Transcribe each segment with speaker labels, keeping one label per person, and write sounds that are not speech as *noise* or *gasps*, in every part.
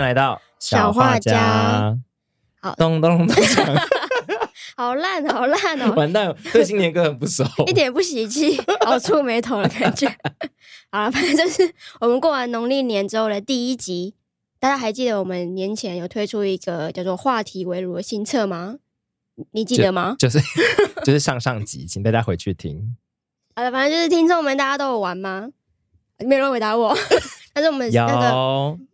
Speaker 1: 来到
Speaker 2: 小画家，好
Speaker 1: 咚咚咚锵，
Speaker 2: *laughs* 好烂，好烂哦，
Speaker 1: 完蛋了，对新年歌很不熟。
Speaker 2: 一点也不喜气， *laughs* 好触眉头的感觉。 *laughs* 好了，反正就是我们过完农历年之后的第一集，大家还记得我们年前有推出一个叫做“话题围炉”的新册吗？你你记得吗？
Speaker 1: 就是 *laughs* 就是上上集，请大家回去听。
Speaker 2: 好了，反正就是听众们大家都有玩吗？没有人回答我， *laughs* 但是我们
Speaker 1: 有、
Speaker 2: 那个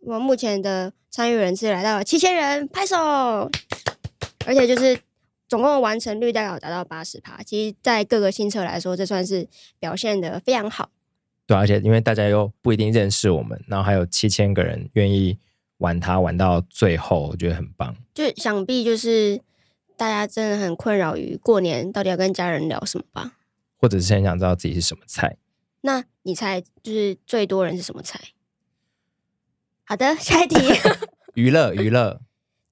Speaker 2: 我目前的参与人次来到了七千人，拍手！而且就是总共完成率大概有达到八十趴，其实，在各个新车来说，这算是表现的非常好。
Speaker 1: 对，啊而且因为大家又不一定认识我们，然后还有七千个人愿意玩它玩到最后，我觉得很棒。
Speaker 2: 就想必就是大家真的很困扰于过年到底要跟家人聊什么吧？
Speaker 1: 或者是很想知道自己是什么菜，
Speaker 2: 那你猜就是最多人是什么菜？好的，下一题。
Speaker 1: 娱
Speaker 2: *laughs*
Speaker 1: 乐娱乐，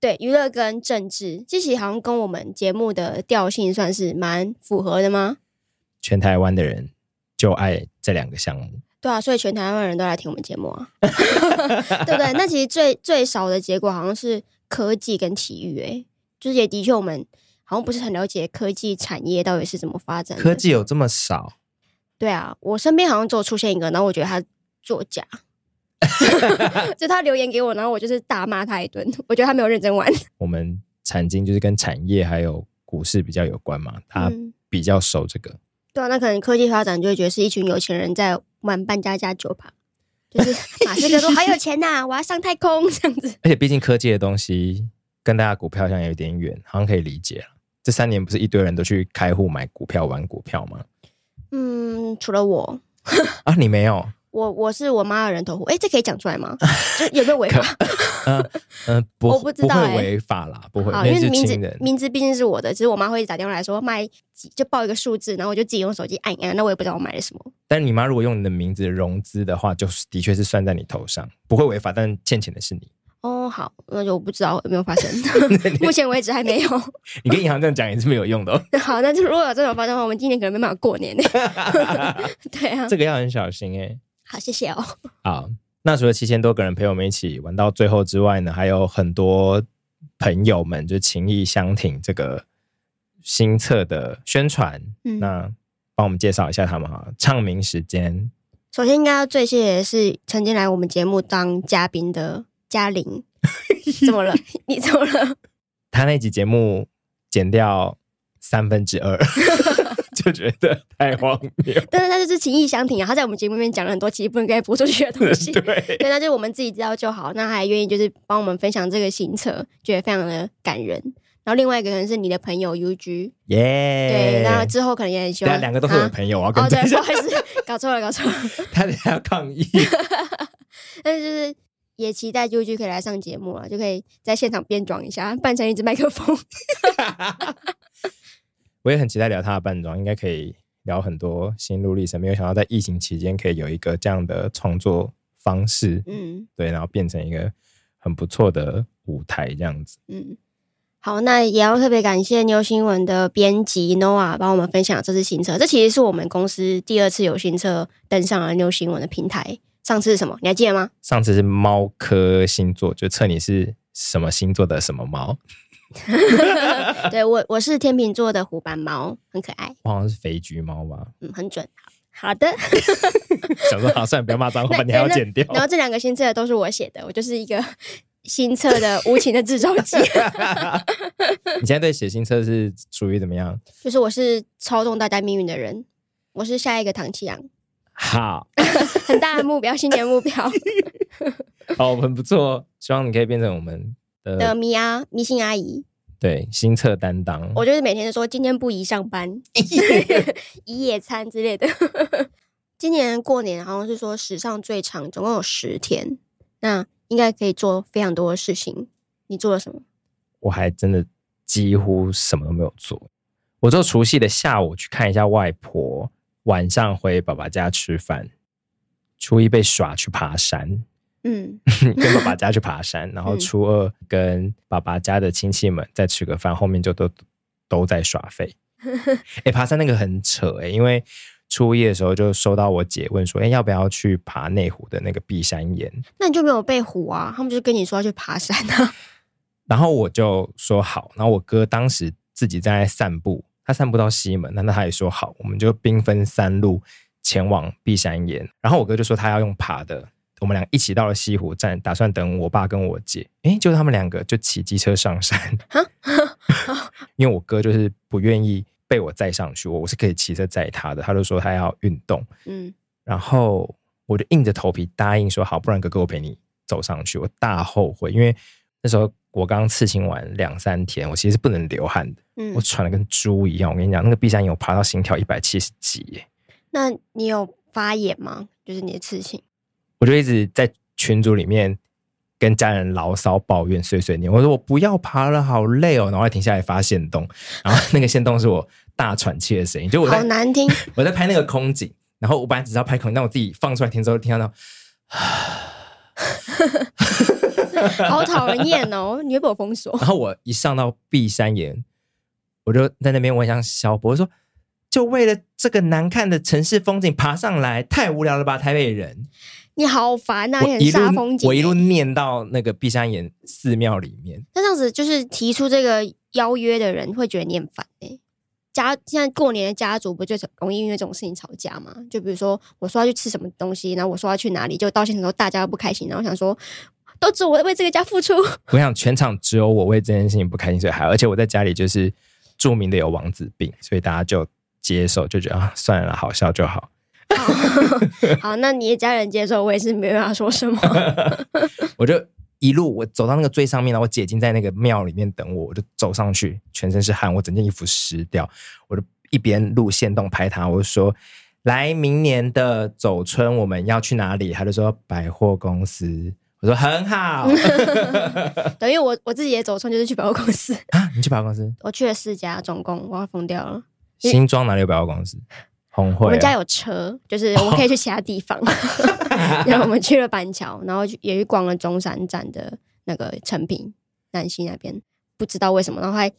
Speaker 2: 对，娱乐跟政治，这其实好像跟我们节目的调性算是蛮符合的吗？
Speaker 1: 全台湾的人就爱这两个项目。
Speaker 2: 对啊，所以全台湾人都来听我们节目啊， *laughs* 对不对？那其实最最少的结果好像是科技跟体育、欸，诶，就是也的确我们好像不是很了解科技产业到底是怎么发展的。
Speaker 1: 科技有这么少？
Speaker 2: 对啊，我身边好像只有出现一个，然后我觉得他作假，
Speaker 1: *laughs*
Speaker 2: 就他留言给我，然后我就是大骂他一顿，我觉得他没有认真玩。
Speaker 1: 我们产经就是跟产业还有股市比较有关嘛，他
Speaker 2: 嗯，
Speaker 1: 比较熟这个。
Speaker 2: 对啊，那可能科技发展就会觉得是一群有钱人在玩扮家家酒吧，就是
Speaker 1: *laughs*
Speaker 2: 马斯克说好有钱呐、我要上太空这样子。
Speaker 1: 而且毕竟科技的东西跟大家股票好像有点远，好像可以理解了。这三年不是一堆人都去开户买股票、玩股票吗？
Speaker 2: 嗯，除了我，
Speaker 1: 啊，你没有？
Speaker 2: 我我是我妈的人头户，哎、这可以讲出来吗？就有没有
Speaker 1: *laughs*
Speaker 2: 违
Speaker 1: 可
Speaker 2: 法？
Speaker 1: 嗯、嗯、不，
Speaker 2: 我不知道欸
Speaker 1: 会违法啦，不会，
Speaker 2: 好，
Speaker 1: 那
Speaker 2: 因
Speaker 1: 是
Speaker 2: 为名字
Speaker 1: 亲人。
Speaker 2: 名字毕竟是我的，只是我妈会打电话来说卖几，就报一个数字，然后我就自己用手机按一按，那我也不知道我买了什么。
Speaker 1: 但你妈如果用你的名字融资的话，就是的确是算在你头上，不会违法，但欠钱的是你。
Speaker 2: 哦，好，那就我不知道有没有发
Speaker 1: *laughs*
Speaker 2: 生，目前为止还没有。 *laughs*
Speaker 1: 你跟银行这样讲也是没有用的、哦，
Speaker 2: 好，但是如果有这种发生的话，我们今年可能没办法过
Speaker 1: *laughs*
Speaker 2: 年呢。对啊，
Speaker 1: 这个要很小心哎、
Speaker 2: 好，谢谢哦。
Speaker 1: 好，啊那除了七千多个人陪我们一起玩到最后之外呢，还有很多朋友们就情意相挺这个新册的宣传，
Speaker 2: 嗯
Speaker 1: 那帮我们介绍一下他们哈。唱名时间，
Speaker 2: 首先应该要最谢谢的是曾经来我们节目当嘉宾的嘉
Speaker 1: *laughs*
Speaker 2: 玲，怎么了？你怎么了？
Speaker 1: 他那集节目减掉三分之二， *laughs* 就觉得太荒谬。
Speaker 2: 但是他就是情意相挺啊，他在我们节目里面讲了很多其实不应该播出去的东西。
Speaker 1: *laughs* 对，
Speaker 2: 对，那就是我们自己知道就好。那还愿意就是帮我们分享这个行程，觉得非常的感人。然后另外一个可能是你的朋友 UG，
Speaker 1: 耶、
Speaker 2: 对，然后之后可能也很希
Speaker 1: 等一下
Speaker 2: 望
Speaker 1: 哎两个都是我的
Speaker 2: 啊
Speaker 1: 朋友，我要
Speaker 2: 哦，
Speaker 1: 跟
Speaker 2: 对
Speaker 1: 大，
Speaker 2: 不
Speaker 1: 家，
Speaker 2: 好意思，搞错了，搞错
Speaker 1: *laughs*
Speaker 2: 了。
Speaker 1: 他等一下要抗议。
Speaker 2: 但是就是也期待 UG 可以来上节目啊，就可以在现场变装一下，扮成一只麦克风。
Speaker 1: 我也很期待聊他的扮装，应该可以聊很多心路历程。没有想到在疫情期间可以有一个这样的创作方式，
Speaker 2: 嗯
Speaker 1: 对，然后变成一个很不错的舞台这样子。
Speaker 2: 嗯。好，那也要特别感谢妞新闻的编辑 Noah 帮我们分享这次新车，这其实是我们公司第二次有新车登上了妞新闻的平台。上次是什么？你还记
Speaker 1: *laughs*
Speaker 2: 得吗？
Speaker 1: 上次是猫科星座，就测你是什么星座的什么猫，
Speaker 2: 对我，我是天秤座的虎斑猫，很可爱，
Speaker 1: 我好像是肥橘猫
Speaker 2: *laughs*
Speaker 1: 吧？
Speaker 2: 嗯，很准。好
Speaker 1: *laughs*
Speaker 2: 好的，
Speaker 1: 想说好，算了，不要骂脏话，
Speaker 2: 那 *laughs*
Speaker 1: 你还要剪掉。
Speaker 2: 然后这两个新册都是我写的，我就是一个 *laughs* 新册的无情的制造
Speaker 1: *laughs*
Speaker 2: 机，
Speaker 1: 你现在对写新测是属于怎么样？
Speaker 2: 就是我是操纵大家命运的人，我是下一个唐启阳，
Speaker 1: 好，
Speaker 2: 很大的目标，新年
Speaker 1: *laughs*
Speaker 2: 目标
Speaker 1: 好，很不错，希望你可以变成我们
Speaker 2: 的
Speaker 1: 的
Speaker 2: 米啊迷信阿姨，
Speaker 1: 对新测担当。
Speaker 2: 我就是每天都说今天不宜
Speaker 1: *laughs*
Speaker 2: 上班，宜野餐之类的。 *laughs* 今年过年好像是说史上最长，总共有十天，那应该可以做非常多的事情。你做了什么？
Speaker 1: 我还真的几乎什么都没有做。我就除夕的下午去看一下外婆，晚上回爸爸家吃饭，初一被耍去爬山， *laughs*
Speaker 2: 嗯，
Speaker 1: 跟爸爸家去爬山，然后
Speaker 2: 嗯
Speaker 1: 初二跟爸爸家的亲戚们再吃个饭，后面就都都在耍废。哎、爬山那个很扯哎、因为初一的时候就收到我姐问说，哎、要不要去爬内湖的那个碧山岩？
Speaker 2: 那你就没有被唬啊？他们就跟你说要去爬山啊， *laughs*
Speaker 1: 然后我就说好，然后我哥当时自己在散步，他散步到西门，那他也说好，我们就兵分三路前往碧山岩。然后我哥就说他要用爬的，我们俩一起到了西湖站，打算等我爸跟我姐。 *laughs* 诶，就他们两个就骑机车上山， *laughs* 因为我哥就是不愿意被我载上去，我我是可以骑车载他的，他就说他要运动，
Speaker 2: 嗯，
Speaker 1: 然后我就硬着头皮答应说好，不然哥哥我陪你走上去。我大后悔，因为那时候我刚刺青完两三天，我其实是不能流汗的，
Speaker 2: 嗯
Speaker 1: 我喘的跟猪一样。我跟你讲，那个碧山岩我爬到心跳一百七十几耶，
Speaker 2: 那你有发炎吗？就是你的刺青，
Speaker 1: 我就一直在群组里面跟家人牢骚抱怨碎碎念，我说我不要爬了，好累哦。然后还停下来发现洞，然后那个线洞是我大喘气的声音，就我在
Speaker 2: 好难听，
Speaker 1: 我在拍那个空景，然后我本来只是要拍空景，但我自己放出来听之后，听到那种。
Speaker 2: 好讨人厌哦！你会被我封锁？ *laughs*
Speaker 1: 然后我一上到碧山岩，我就在那边，我很像萧伯说，就为了这个难看的城市风景爬上来，太无聊了吧，台北人！
Speaker 2: 你好烦呐、
Speaker 1: 我
Speaker 2: 你很
Speaker 1: 一
Speaker 2: 煞
Speaker 1: 路
Speaker 2: 风景欸。
Speaker 1: 我一路念到那个碧山岩寺庙里面，
Speaker 2: 那这样子就是提出这个邀约的人会觉得你很烦哎、家现在过年的家族不最容易因为这种事情吵架嘛？就比如说我说要去吃什么东西，然后我说要去哪里，就到现场之后大家都不开心，然后想说都只有我为这个家付出，
Speaker 1: 我想全场只有我为这件事情不开心，所以还而且我在家里就是著名的有王子病，所以大家就接受，就觉得啊算了啦，好笑就好。
Speaker 2: 好，那你的家人接受，我也是没办法说什么。 *laughs*
Speaker 1: 我就一路我走到那个最上面了，我姐已经在那个庙里面等我，我就走上去，全身是汗，我整件衣服湿掉，我就一边录线动拍她，我就说。来，明年的走春我们要去哪里？她就说百货公司。我说很好
Speaker 2: 等于我我自己也走错，就是去百货公司，
Speaker 1: 啊，你去百货公司？
Speaker 2: 我去了四家，总共我要疯掉了。
Speaker 1: 新庄哪里有百货公司？红
Speaker 2: 我
Speaker 1: 会、
Speaker 2: 们家
Speaker 1: 啊。
Speaker 2: 有车，就是我可以去其他地
Speaker 1: *laughs*
Speaker 2: 方。 *laughs* 然后我们去了板桥，然后也去逛了中山站的那个成品南溪那边，不知道为什么，然后还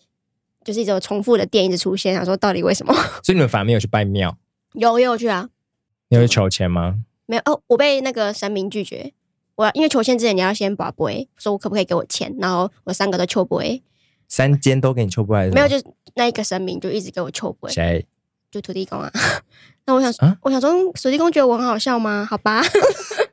Speaker 2: 就是一直有重复的店一直出现，想说到底为什么？
Speaker 1: 所以你们反而没有去拜庙，
Speaker 2: *laughs* 有我也有去啊，
Speaker 1: 你有去求签吗？
Speaker 2: 没有哦，我被那个神明拒绝。我要因为求签之前你要先把杯，说我可不可以给我钱，然后我三个都求杯，
Speaker 1: 三间都给你求不来的，
Speaker 2: 没有就是那一个神明就一直给我求杯，
Speaker 1: 谁？
Speaker 2: 就土地公啊。 *laughs* 那我想，
Speaker 1: 啊
Speaker 2: 我想说，嗯土地公觉得我很好笑吗？好吧，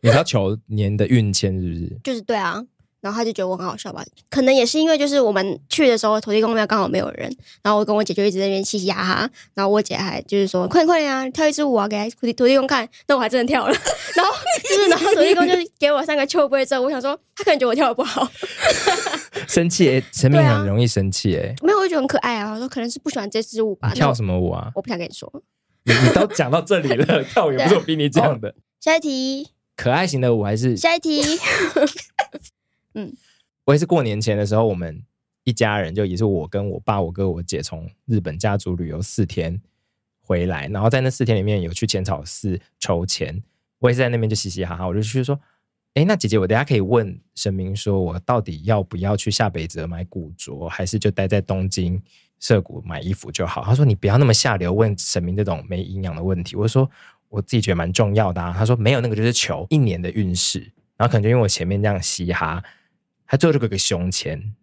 Speaker 1: 你是要求年的运签是不是？
Speaker 2: 就是对啊，然后他就觉得我很好笑吧，可能也是因为就是我们去的时候，土地公庙刚好没有人，然后我跟我姐就一直在那边嘻嘻哈哈，然后我姐还就是说快点快点啊，跳一支舞啊，给土地土地公看，那我还真的跳了，然后就是然后土地公就是给我三个秋杯之后，我想说他可能觉得我跳的不好， *laughs*
Speaker 1: 生气、欸，神明
Speaker 2: 对啊
Speaker 1: 很容易生气哎、欸
Speaker 2: 没有，我就觉得很可爱啊，我说可能是不喜欢这支舞吧
Speaker 1: 你，跳
Speaker 2: 那我
Speaker 1: 什么舞啊？
Speaker 2: 我不想跟你说，
Speaker 1: 你你都讲到这里了，跳舞也不是我逼你讲的。
Speaker 2: 下一题，
Speaker 1: 哦可爱型的舞还是
Speaker 2: 下一题， *laughs*
Speaker 1: 我也是过年前的时候，我们一家人就也是我跟我爸、我哥、我姐从日本家族旅游四天回来，然后在那四天里面有去浅草寺筹钱，我也是在那边就嘻嘻哈哈，我就去说。哎，那姐姐，我等下可以问神明说，我到底要不要去下北泽买古着，还是就待在东京涩谷买衣服就好？他说你不要那么下流，问神明这种没营养的问题。我说我自己觉得蛮重要的啊。他说没有，那个就是求一年的运势。然后可能就因为我前面这样嘻哈，他最后就给我个胸前，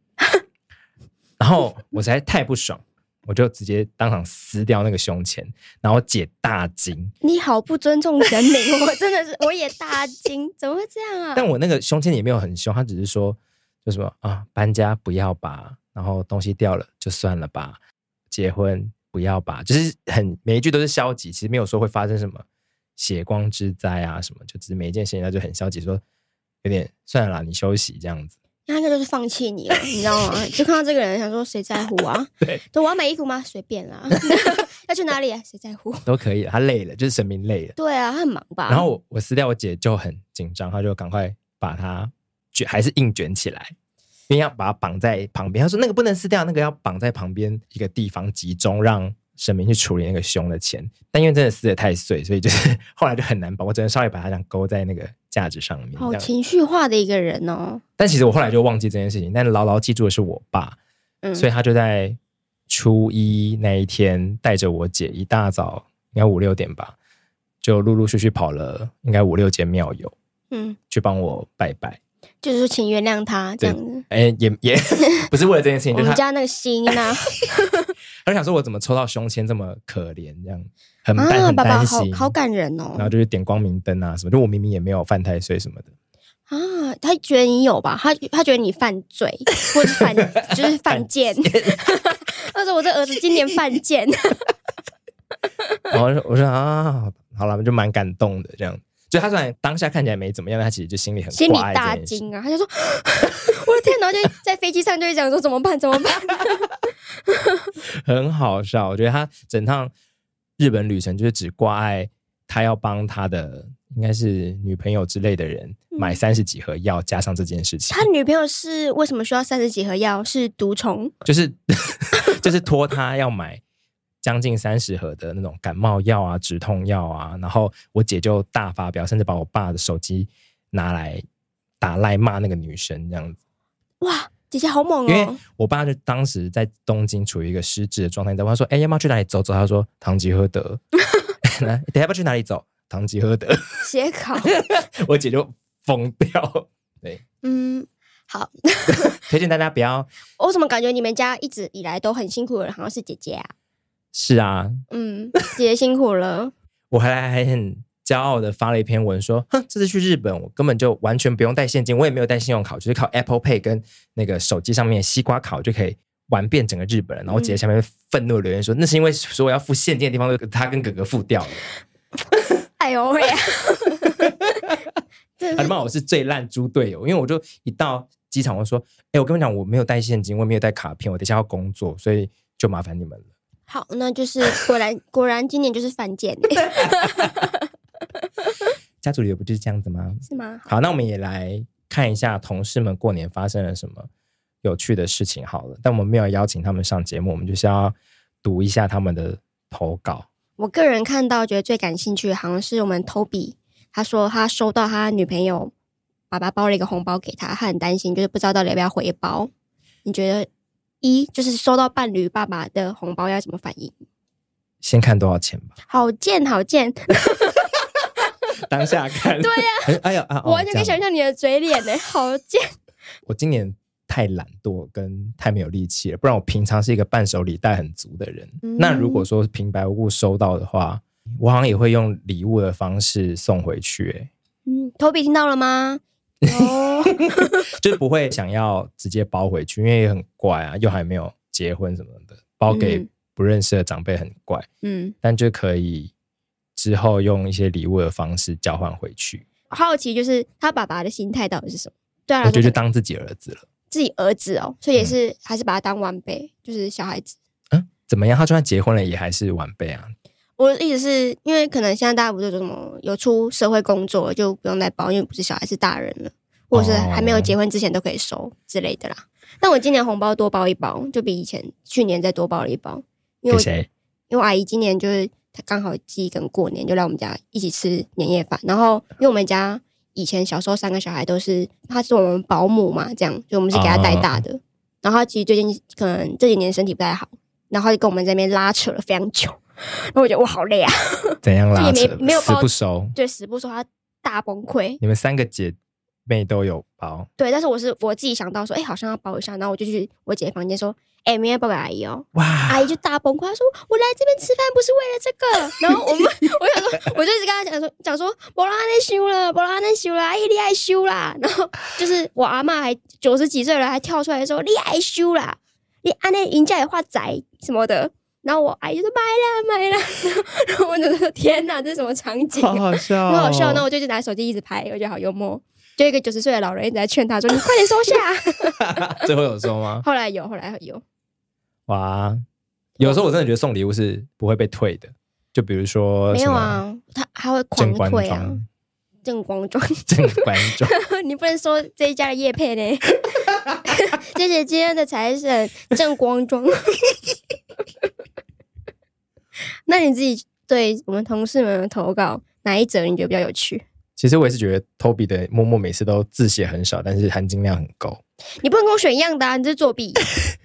Speaker 1: 然后我实在太不爽，我就直接当场撕掉那个胸前，然后我姐大惊，
Speaker 2: 你好不尊重神明，我真的是我也大惊，怎么会这样啊？
Speaker 1: 但我那个胸前也没有很凶，他只是说就什么啊，搬家不要吧，然后东西掉了就算了吧，结婚不要吧，就是很每一句都是消极，其实没有说会发生什么血光之灾啊什么，就只是每一件事情他就很消极，说有点算了啦，你休息这样子。
Speaker 2: 他应该就是放弃你了，你知道吗？就看到这个人，想说谁在乎啊？
Speaker 1: 对，
Speaker 2: 我要买衣服吗？随便啦。 *laughs* 要去哪里、啊？谁在乎？
Speaker 1: 都可以了，他累了，就是神明累了。
Speaker 2: 对啊，他很忙吧？
Speaker 1: 然后我我撕掉，我姐就很紧张，她就赶快把它卷，还是硬卷起来，因为要把它绑在旁边。她说那个不能撕掉，那个要绑在旁边一个地方集中，让神明去处理那个凶的钱。但因为真的撕的太碎，所以就是后来就很难绑，我只能稍微把它这样勾在那个架子上面。
Speaker 2: 好
Speaker 1: 这样
Speaker 2: 情绪化的一个人哦。
Speaker 1: 但其实我后来就忘记这件事情，但牢牢记住的是我爸，
Speaker 2: 嗯，
Speaker 1: 所以他就在初一那一天带着我姐一大早，应该五六点吧，就陆陆续续跑了应该五六间庙友
Speaker 2: 嗯，
Speaker 1: 去帮我拜拜。
Speaker 2: 就是说请原谅他这
Speaker 1: 对
Speaker 2: 样子。
Speaker 1: 哎、也也不是为了这件事情，
Speaker 2: *laughs* 我
Speaker 1: 就是
Speaker 2: 们
Speaker 1: 他
Speaker 2: 家那个心啊呐、
Speaker 1: 他就想说我怎么抽到胸签这么可怜，这样很
Speaker 2: 啊，
Speaker 1: 担、很
Speaker 2: 爸爸
Speaker 1: 担
Speaker 2: 好
Speaker 1: 心，
Speaker 2: 好感人
Speaker 1: 然后
Speaker 2: 哦。
Speaker 1: 就去点光明灯啊什么，就我明明也没有犯太岁什么的，
Speaker 2: 啊，他觉得你有吧？他他觉得你犯罪，或是
Speaker 1: *laughs*
Speaker 2: 犯就是犯贱。 *laughs* 他说我这儿子今年犯贱，
Speaker 1: 然后我说我说啊，好了，就蛮感动的这样。就他虽然当下看起来没怎么样，但他其实就心里很
Speaker 2: 心里
Speaker 1: 挂碍
Speaker 2: 大
Speaker 1: 这件事
Speaker 2: 惊啊！他就说 *gasps* 我的天，然后就在飞机上就会讲说怎么办怎么办。
Speaker 1: 很好笑。我觉得他整趟日本旅程就是只挂碍他要帮他的应该是女朋友之类的人
Speaker 2: 嗯
Speaker 1: 买三十几盒药，加上这件事情
Speaker 2: *laughs* 他，女朋友是为什么需要三十几盒药？是毒虫
Speaker 1: 就是 *laughs* 就是托他要买。将近三十盒的那种感冒药啊、止痛药啊，然后我姐就大发飙，甚至把我爸的手机拿来打赖骂那个女生这样子。
Speaker 2: 哇！姐姐好猛
Speaker 1: 因为
Speaker 2: 哦！
Speaker 1: 我爸就当时在东京处于一个失智的状态，你知道吗他说：“哎、要不要去哪里走走？”他说：“唐吉诃德。”来，等一下要不要去哪里走？唐吉诃德。
Speaker 2: 写
Speaker 1: *laughs*
Speaker 2: 考，
Speaker 1: 我姐就疯掉。
Speaker 2: 嗯，好，
Speaker 1: 推荐大家不要
Speaker 2: 我怎么感觉你们家一直以来都很辛苦的人，好像是姐姐啊？
Speaker 1: 是啊，
Speaker 2: 嗯，姐姐辛苦了。
Speaker 1: 我还还很骄傲的发了一篇文说：“哼，这次去日本，我根本就完全不用带现金，我也没有带信用卡，我就是靠 Apple Pay 跟那个手机上面的西瓜卡我就可以。”玩遍整个日本了，然后我姐在下面愤怒地留言说：“那是因为所有要付现金的地方都他跟哥哥付掉了。”
Speaker 2: *laughs* 哎呦喂、啊！
Speaker 1: 他
Speaker 2: 真的
Speaker 1: 就是骂我是最烂猪队友，因为我就一到机场，我说：“哎、我跟你讲，我没有带现金，我也没有带卡片，我等一下要工作，所以就麻烦你们了。
Speaker 2: 好，那就是果然果然今年就是犯 *laughs* 贱、欸，”
Speaker 1: 家族旅游不就是这样子吗？
Speaker 2: 是吗？好
Speaker 1: 好，那我们也来看一下同事们过年发生了什么有趣的事情好了。但我们没有邀请他们上节目，我们就是要读一下他们的投稿。
Speaker 2: 我个人看到觉得最感兴趣，的好像是我们 Toby，他说他收到他女朋友爸爸包了一个红包给他，他很担心，就是不知道到底要不要回包。你觉得一就是收到伴侣爸爸的红包要怎么反应？
Speaker 1: 先看多少钱吧，
Speaker 2: 好贱，好贱！
Speaker 1: *laughs* 哦当下看。对呀、哎呀啊！哦
Speaker 2: 我完全可以
Speaker 1: 这样
Speaker 2: 想象你的嘴脸呢、欸好贱！
Speaker 1: 我今年太懒惰跟太没有力气了，不然我平常是一个伴手礼带很足的人。
Speaker 2: 嗯
Speaker 1: 那如果说平白无故收到的话，我好像也会用礼物的方式送回去、欸，
Speaker 2: 嗯，Toby 听到了吗？哦，
Speaker 1: 就是不会想要直接包回去，因为也很怪啊，又还没有结婚什么的，包给
Speaker 2: 嗯
Speaker 1: 不认识的长辈很怪，
Speaker 2: 嗯，
Speaker 1: 但就可以之后用一些礼物的方式交换回去。
Speaker 2: 好奇就是他爸爸的心态到底是什么？对他
Speaker 1: 我
Speaker 2: 来
Speaker 1: 觉得
Speaker 2: 说
Speaker 1: 就，当自己儿子了。
Speaker 2: 自己儿子哦，所以也是、还是把他当晚辈，就是小孩子。
Speaker 1: 嗯，怎么样？他就算结婚了，也还是晚辈啊。
Speaker 2: 我的意思是因为可能现在大家不是说什么有出社会工作就不用再包，因为不是小孩是大人了，或者是还没有
Speaker 1: 哦
Speaker 2: 结婚之前都可以收之类的啦。但我今年红包多包一包，就比以前去年再多包了一包，因为
Speaker 1: 给
Speaker 2: 我
Speaker 1: 谁？
Speaker 2: 因为我阿姨今年就是她刚好记忆跟过年就来我们家一起吃年夜饭，然后因为我们家以前小时候三个小孩都是她是我们保姆嘛，这样就我们是给她带大的，然后她其实最近可能这几年身体不太好，然后她就跟我们在那边拉扯了非常久， *laughs* 然后我觉得我好累啊，
Speaker 1: 怎样拉
Speaker 2: 这也
Speaker 1: 扯
Speaker 2: 没？没有
Speaker 1: 死
Speaker 2: 包
Speaker 1: 不熟。
Speaker 2: 对，死不说她大崩溃，
Speaker 1: 你们三个姐妹都有包，
Speaker 2: 对，但是我是我自己想到说，哎、好像要包一下，然后我就去我姐房间说，哎、明天包给阿姨哦、
Speaker 1: 哇！
Speaker 2: 阿姨就大崩溃，她说：“我来这边吃饭不是为了这个。”然后我们， *laughs* 我想说，我就一直跟她讲说，讲说博拉内修了，博拉内修了，阿姨你爱修啦。然后就是我阿嬷还九十几岁了，还跳出来说你爱修啦，你安内人家也画仔什么的。然后我阿姨就说买啦买啦，然后我就说天哪，这是什么场
Speaker 1: *laughs*
Speaker 2: 景？啊
Speaker 1: *laughs* 好好笑、哦
Speaker 2: 很好笑，
Speaker 1: *laughs*
Speaker 2: 那我就一直拿手机一直拍，我觉得好幽默。就一个九十岁的老人一直在劝她说：“你快点收下。 *laughs*
Speaker 1: 我最后有收”吗？
Speaker 2: 后来有，后来有，
Speaker 1: 哇！有时候我真的觉得送礼物是不会被退的，就比如说
Speaker 2: 没有
Speaker 1: 什么
Speaker 2: 啊？他还会
Speaker 1: 正
Speaker 2: 狂
Speaker 1: 官
Speaker 2: 退啊。
Speaker 1: 庄、
Speaker 2: 正光庄，
Speaker 1: 正官庄，
Speaker 2: *laughs* 你不能说这一家的叶配呢。 *laughs* 谢谢今天的财神正光庄。 *laughs* 那你自己对我们同事们的投稿哪一则你觉得比较有趣？
Speaker 1: *laughs* 其实我也是觉得 Toby 的默默每次都字写很少，但是含金量很高。
Speaker 2: 你不能跟我选一样的、啊，你这是作弊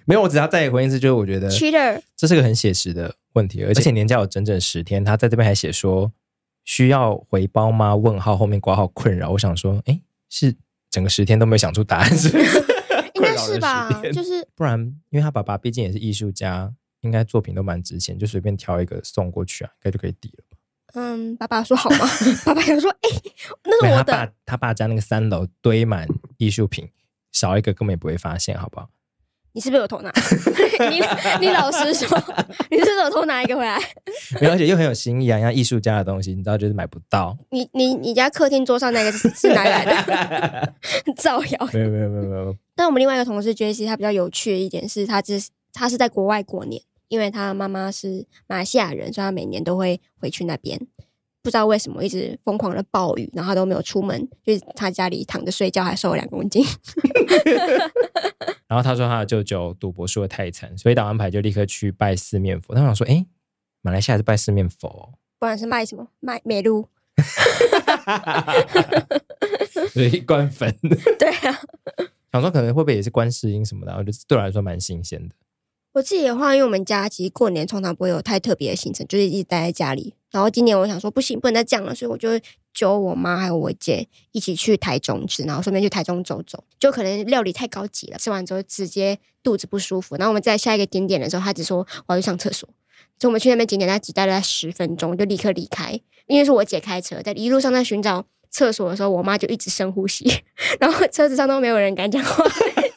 Speaker 1: 没有，我只要再回应一次，就是我觉得
Speaker 2: ，cheater。
Speaker 1: 这是个很写实的问题，而且年假有整整十天，他在这边还写说需要回包吗？问号后面挂号困扰。我想说，哎，是整个十天都没有想出答案，是不是
Speaker 2: *laughs* 应
Speaker 1: 困
Speaker 2: 该
Speaker 1: 扰了
Speaker 2: 是吧
Speaker 1: 10？天
Speaker 2: 就是
Speaker 1: *laughs* 不然，因为他爸爸毕竟也是艺术家，应该作品都蛮值钱，就随便挑一个送过去啊，应该就可以抵了吧。
Speaker 2: 嗯，爸爸说好吗？ *laughs* 爸爸想说，哎、那
Speaker 1: 没
Speaker 2: 是
Speaker 1: 有
Speaker 2: 我
Speaker 1: 他
Speaker 2: 的
Speaker 1: 爸他爸家那个三楼堆满艺术品，少一个根本也不会发现，好不好？
Speaker 2: 你是不是有偷拿？你 *laughs* 你老实说，你是不是有偷拿一个回来？
Speaker 1: 没有，而且又很有新意啊，像艺术家的东西，你知道就是买不到。
Speaker 2: 你你你家客厅桌上那个是是哪里来的？造谣。
Speaker 1: 没有没有没有没有，
Speaker 2: 但我们另外一个同事 J C，他比较有趣的一点是，他只是他是在国外过年，因为他妈妈是马来西亚人，所以他每年都会回去那边。不知道为什么一直疯狂的暴雨，然后他都没有出门，就是他家里躺着睡觉，还瘦了两公斤。
Speaker 1: 然后他说他的舅舅赌博输的太惨，所以打完牌就立刻去拜四面佛。他想说，哎，马来西亚是拜四面佛、哦，
Speaker 2: 不然是卖什么卖美露，
Speaker 1: 所以关粉。
Speaker 2: 对啊，
Speaker 1: *laughs* 想说可能会不会也是观世音什么的，我觉得对我来说蛮新鲜的。
Speaker 2: 我自己的话，因为我们家其实过年通常不会有太特别的行程，就是一直待在家里。然后今年我想说不行，不能再这样了，所以我就揪我妈还有我姐一起去台中吃，然后顺便去台中走走。就可能料理太高级了，吃完之后直接肚子不舒服。然后我们在下一个景点的时候，她只说我要去上厕所，所以我们去那边景点，她只待了十分钟就立刻离开，因为是我姐开车，在一路上在寻找。厕所的时候，我妈就一直深呼吸， *laughs* 然后车子上都没有人敢讲话，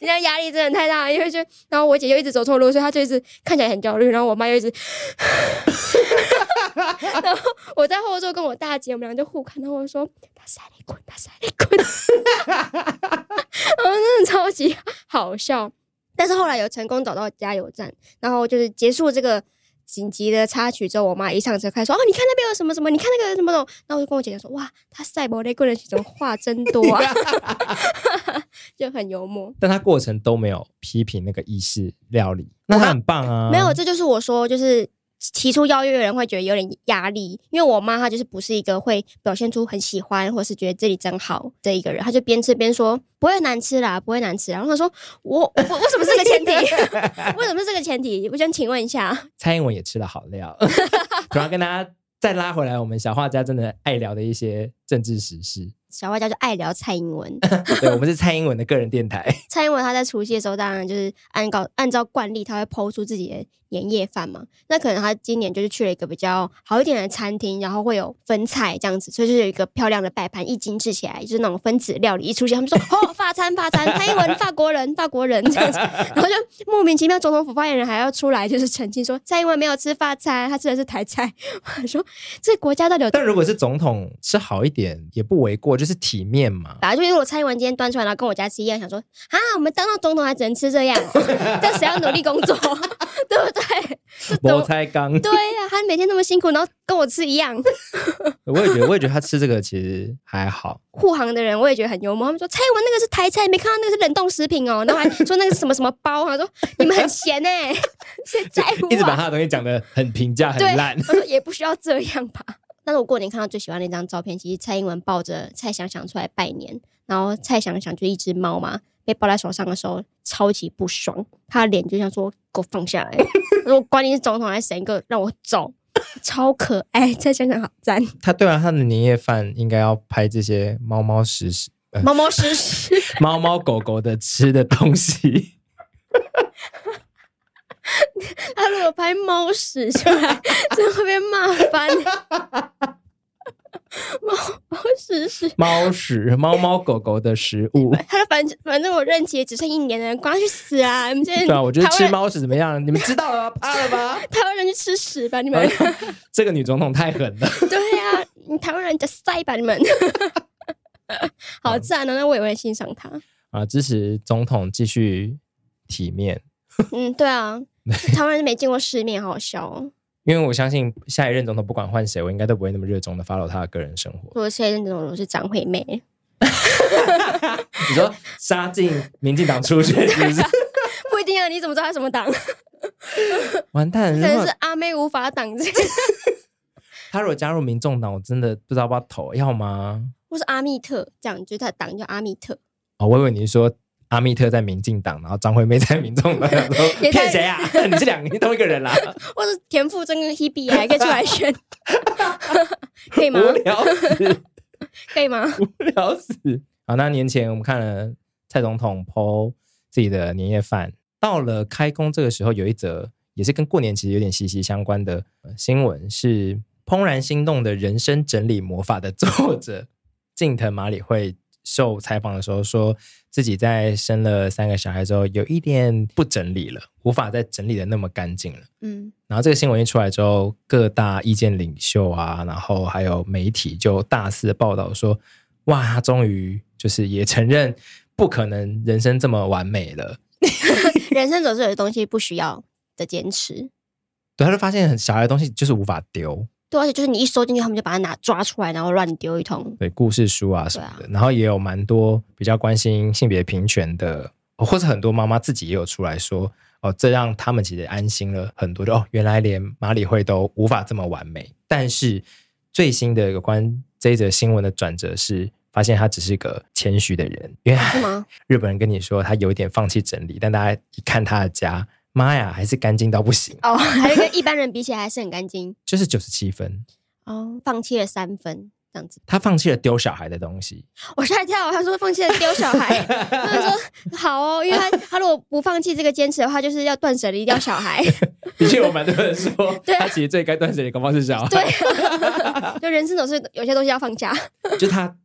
Speaker 2: 人家压力真的太大了，因为就然后我姐又一直走错路，所以她就一直看起来很焦虑。然后我妈又一直，然后我在后座跟我大姐，我们俩就互看，然后我说：“她塞里滚，她塞里滚。” *laughs* 然后真的超级好笑。但是后来有成功找到加油站，然后就是结束这个紧急的插曲之后，我妈一上车开始说：“哦，你看那边有什么什么，你看那个什么什么。”然后我就跟我姐姐说：“哇，她赛博雷棍的这种话真多啊， *laughs* 就很幽默。”
Speaker 1: 但他过程都没有批评那个意式料理，那他很棒啊。
Speaker 2: 没有，这就是我说，就是提出邀约的人会觉得有点压力，因为我妈她就是不是一个会表现出很喜欢或是觉得这里真好这一个人，她就边吃边说不会难吃啦，不会难吃啦。然后她说我我我为什么是这个前提？ *laughs* 为什么是这个前提？我想请问一下，
Speaker 1: 蔡英文也吃了好料。 *laughs* 主要跟大家再拉回来，我们小画家真的爱聊的一些政治时事。
Speaker 2: 小外家就爱聊蔡英文，
Speaker 1: 对，我们是蔡英文的个人电台。 *laughs*
Speaker 2: 蔡英文她在除夕的时候，当然就是按照按照惯例，她会剖出自己的年夜饭嘛。那可能她今年就是去了一个比较好一点的餐厅，然后会有分菜这样子，所以就是有一个漂亮的摆盘，一精致起来，就是那种分子料理一出现，他们说哦法餐法餐，蔡英文法国人法国人这样子，然后就莫名其妙，总统府发言人还要出来就是澄清说蔡英文没有吃法餐，他吃的是台菜。 *laughs* 我说这国家到底有
Speaker 1: 但如果是总统吃好一点也不为过，就是体面嘛。
Speaker 2: 本来就如果蔡英文今天端出来，然后跟我家吃一样，想说啊，我们当到总统还只能吃这样、
Speaker 1: *laughs*
Speaker 2: 哦，这谁要努力工作， *laughs* 对不对？这
Speaker 1: 我
Speaker 2: 懂
Speaker 1: 猜刚，
Speaker 2: 对呀、他每天那么辛苦，然后跟我吃一样。
Speaker 1: 我也觉得，我也觉得他吃这个其实还好。
Speaker 2: 护航的人我也觉得很幽默，他们说蔡英文那个是台菜，没看到那个是冷冻食品哦，然后还说那个是什么什么包，他说你们很闲 *laughs* 哎、谁在乎
Speaker 1: 一直把
Speaker 2: 啊？
Speaker 1: 他的东西讲的很平价、很
Speaker 2: 对
Speaker 1: 烂。 *laughs*
Speaker 2: 我说也不需要这样 *laughs* 吧。但是我过年看到最喜欢的一张照片，其实蔡英文抱着蔡想想出来拜年，然后蔡想想就一只猫嘛，被抱在手上的时候超级不爽，他的脸就像说给我放 *laughs* 下来，我说我管你是总统还是谁，你给我让我走，超可爱。蔡想想好赞，
Speaker 1: 他对啊，他的年夜饭应该要拍这些猫猫食
Speaker 2: *laughs*
Speaker 1: 食、呃、
Speaker 2: 猫猫屎 *laughs* 屎，
Speaker 1: 猫猫狗狗的吃的东西。
Speaker 2: 他如果拍猫屎出来，真的会被骂翻。 *laughs* 猫猫屎屎。哎
Speaker 1: 猫食、猫猫狗狗的食物。
Speaker 2: 他说反正反正我任期也只剩一年了，管他去死啊！你们这些
Speaker 1: 对啊，我觉得
Speaker 2: 台湾
Speaker 1: 吃猫屎怎么样？你们知道了吧？怕了吧？
Speaker 2: 台湾人去吃屎吧，你们！
Speaker 1: 哦 *laughs* 这个女总统太狠了。
Speaker 2: *laughs*
Speaker 1: *laughs*
Speaker 2: 对啊，你台湾人就塞吧，你们！ *laughs* 好赞哦！那我也会欣赏他。
Speaker 1: 啊，支持总统继续体面，
Speaker 2: 嗯，对啊，台湾人没见过世面，好好笑哦。
Speaker 1: 因为我相信下一任总统不管换谁，我应该都不会那么热衷的 follow 他的个人生
Speaker 2: *laughs*
Speaker 1: 活。
Speaker 2: 如果现在这种我是张惠妹， *laughs*
Speaker 1: 你说杀进民进党初选是不
Speaker 2: *laughs*
Speaker 1: 是？
Speaker 2: 不一定啊，你怎么知道她什么党？可
Speaker 1: 完蛋！如
Speaker 2: 能
Speaker 1: 果
Speaker 2: 是阿妹无法挡 *laughs* 这，
Speaker 1: 他如果加入民众党，我真的不知道要不要投，要吗？
Speaker 2: 或是阿密特这样，就是他的党叫阿密特，
Speaker 1: 哦，我以为你是说阿密特在民进党，然后张惠妹在民众党，想说
Speaker 2: *laughs* 也
Speaker 1: *laughs* 骗
Speaker 2: 太 *laughs*
Speaker 1: 谁啊？你是两个你同一个人啦。
Speaker 2: 或是田馥甄跟 Hebe 啊也可以出来选。 *laughs* 可以吗？
Speaker 1: 无聊死，
Speaker 2: 可以吗？
Speaker 1: 无聊死。好，那年前我们看了蔡总统剖自己的年夜饭，到了开工这个时候，有一则也是跟过年其实有点息息相关的、呃新闻，是《怦然心动的人生整理魔法》的作者近藤麻里惠受采访的时候说，自己在生了三个小孩之后，有一点不整理了，无法再整理的那么干净了。
Speaker 2: 嗯，
Speaker 1: 然后这个新闻一出来之后，各大意见领袖啊，然后还有媒体就大肆报道说，哇，他终于就是也承认不可能人生这么完美了。
Speaker 2: 人生总是有些东西不需要的坚持，
Speaker 1: 对，他就发现很小孩的东西就是无法丢，
Speaker 2: 对，而且就是你一收进去，他们就把它拿抓出来，然后乱丢一通。
Speaker 1: 对，故事书啊什么的。然后也有蛮多比较关心性别平权的，哦或者很多妈妈自己也有出来说，哦，这让他们其实安心了很多。就哦，原来连马里会都无法这么完美。但是最新的有关这一则新闻的转折是，发现他只是个谦虚的人，因为
Speaker 2: *laughs* 是吗？
Speaker 1: 日本人跟你说他有一点放弃整理，但大家一看他的家，妈呀，还是干净到不行，
Speaker 2: 哦，还有跟一般人比起来还是很干净
Speaker 1: 就是九十七分。
Speaker 2: 哦，放弃了三分这样子，
Speaker 1: 他放弃了丢小孩的东
Speaker 2: *laughs*
Speaker 1: 西，
Speaker 2: 我吓一跳，他说放弃了丢小 *laughs* 孩，他说好哦，因为他他如果不放弃这个坚持的话，就是要断舍离掉小孩， *laughs*
Speaker 1: 的确有蛮多人说，
Speaker 2: 对啊
Speaker 1: 他其实最该断舍离，恐怕是小孩。
Speaker 2: 对，就人生总是有些东西要放下，
Speaker 1: 就他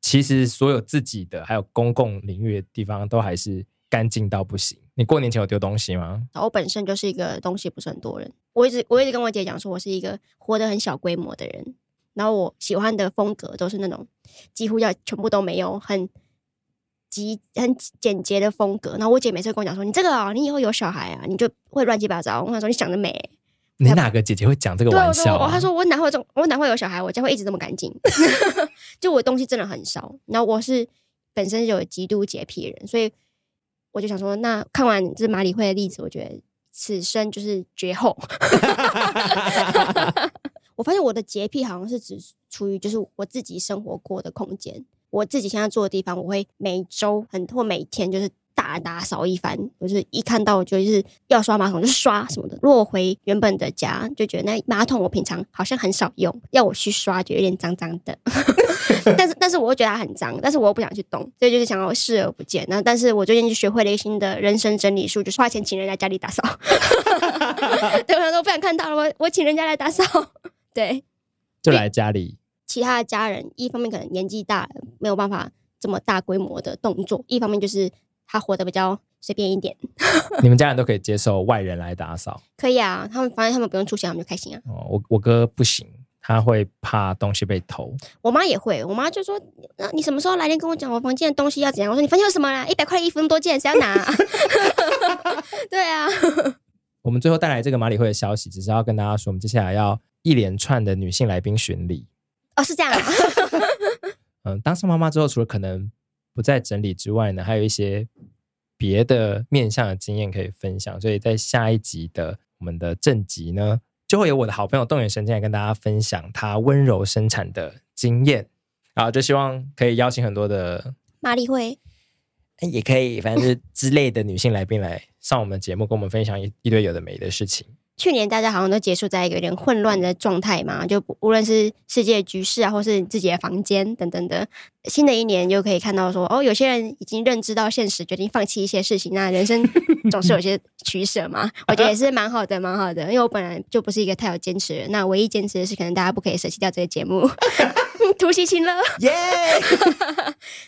Speaker 1: 其实所有自己的还有公共领域的地方都还是干净到不行。你过年前有丢东西吗？
Speaker 2: 然后我本身就是一个东西不是很多人，我一直我一直跟我姐讲说，我是一个活得很小规模的人。然后我喜欢的风格都是那种几乎要全部都没有，很极很简洁的风格。然后我姐每次跟我讲说：“你这个哦，你以后有小孩啊，你就会乱七八糟。”我想说：“你想得美。
Speaker 1: 你哪个姐姐会讲这个
Speaker 2: 对，我
Speaker 1: 玩
Speaker 2: 说
Speaker 1: 笑、
Speaker 2: 我
Speaker 1: 啊？
Speaker 2: 他说我哪会有这种，我哪会有小孩，我家会一直这么干净。 *laughs* 就我东西真的很少，然后我是本身就有极度洁癖的人，所以我就想说，那看完这马里会的例子，我觉得此生就是
Speaker 1: *laughs*
Speaker 2: 绝后。 *laughs* 我发现我的洁癖好像是只处于就是我自己生活过的空间，我自己现在住的地方，我会每周很或每天就是大打扫一番。我就是一看到我就是要刷马桶就刷什么的。如果我回原本的家，就觉得那马桶我平常好像很少用，要我去刷就有点脏脏的。 *laughs* 但是但是我又觉得它很脏，但是我又不想去动，所以就是想要视而不见。然后但是我最近就学会了一个新的人生整理术，就是花钱请人家家里打扫。 *laughs* 对，我想说我不想看到了，我我请人家来打扫。 *laughs* 对，
Speaker 1: 就来家里，
Speaker 2: 其他的家人，一方面可能年纪大，没有办法这么大规模的动作；一方面就是他活得比较随便一点。
Speaker 1: 你们家人都可以接受外人来打扫。
Speaker 2: 可以啊，他们反正他们不用出钱，他们就开心啊。
Speaker 1: 哦，我我哥不行，他会怕东西被偷。
Speaker 2: 我妈也会，我妈就说：“那你什么时候来电跟我讲我房间的东西要怎样？”我说：“你房间有什么啦？一百块的衣服那么多件，谁要拿、啊？” *laughs* 对啊，
Speaker 1: 我们最后带来这个马里会的消息，只是要跟大家说，我们接下来要一连串的女性来宾巡礼。
Speaker 2: 哦，是这样、啊。 *laughs*
Speaker 1: 嗯，当上妈妈之后，除了可能不再整理之外呢，还有一些别的面向的经验可以分享。所以在下一集的我们的正集呢，就会有我的好朋友动眼神经来跟大家分享她温柔生产的经验。啊，就希望可以邀请很多的，
Speaker 2: 玛丽会，
Speaker 1: 哎也可以，反正就是之类的女性来宾来上我们的节目，跟我们分享一一堆有的没的事情。
Speaker 2: 去年大家好像都结束在一个有点混乱的状态嘛，就不无论是世界局势啊，或是你自己的房间等等的。新的一年又可以看到说，哦，有些人已经认知到现实，决定放弃一些事情。那人生总是有些取舍嘛，我觉得也是蛮好的，蛮好的。因为我本来就不是一个太有坚持的人，那唯一坚持的是，可能大家不可以舍弃掉这个节目， *laughs* 突袭情了。
Speaker 1: 耶、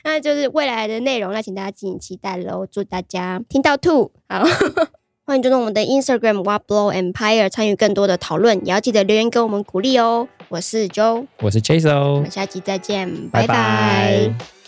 Speaker 2: 那就是未来的内容，那请大家敬请期待喽！祝大家听到吐，好， *laughs* 欢迎追踪我们的 Instagram w a b l o Empire，参与更多的讨论，也要记得留言给我们鼓励哦。我是 Joe，
Speaker 1: *laughs* 我是 Chase
Speaker 2: 我
Speaker 1: 哦
Speaker 2: 们，下期再见，
Speaker 1: 拜
Speaker 2: 拜拜
Speaker 1: 拜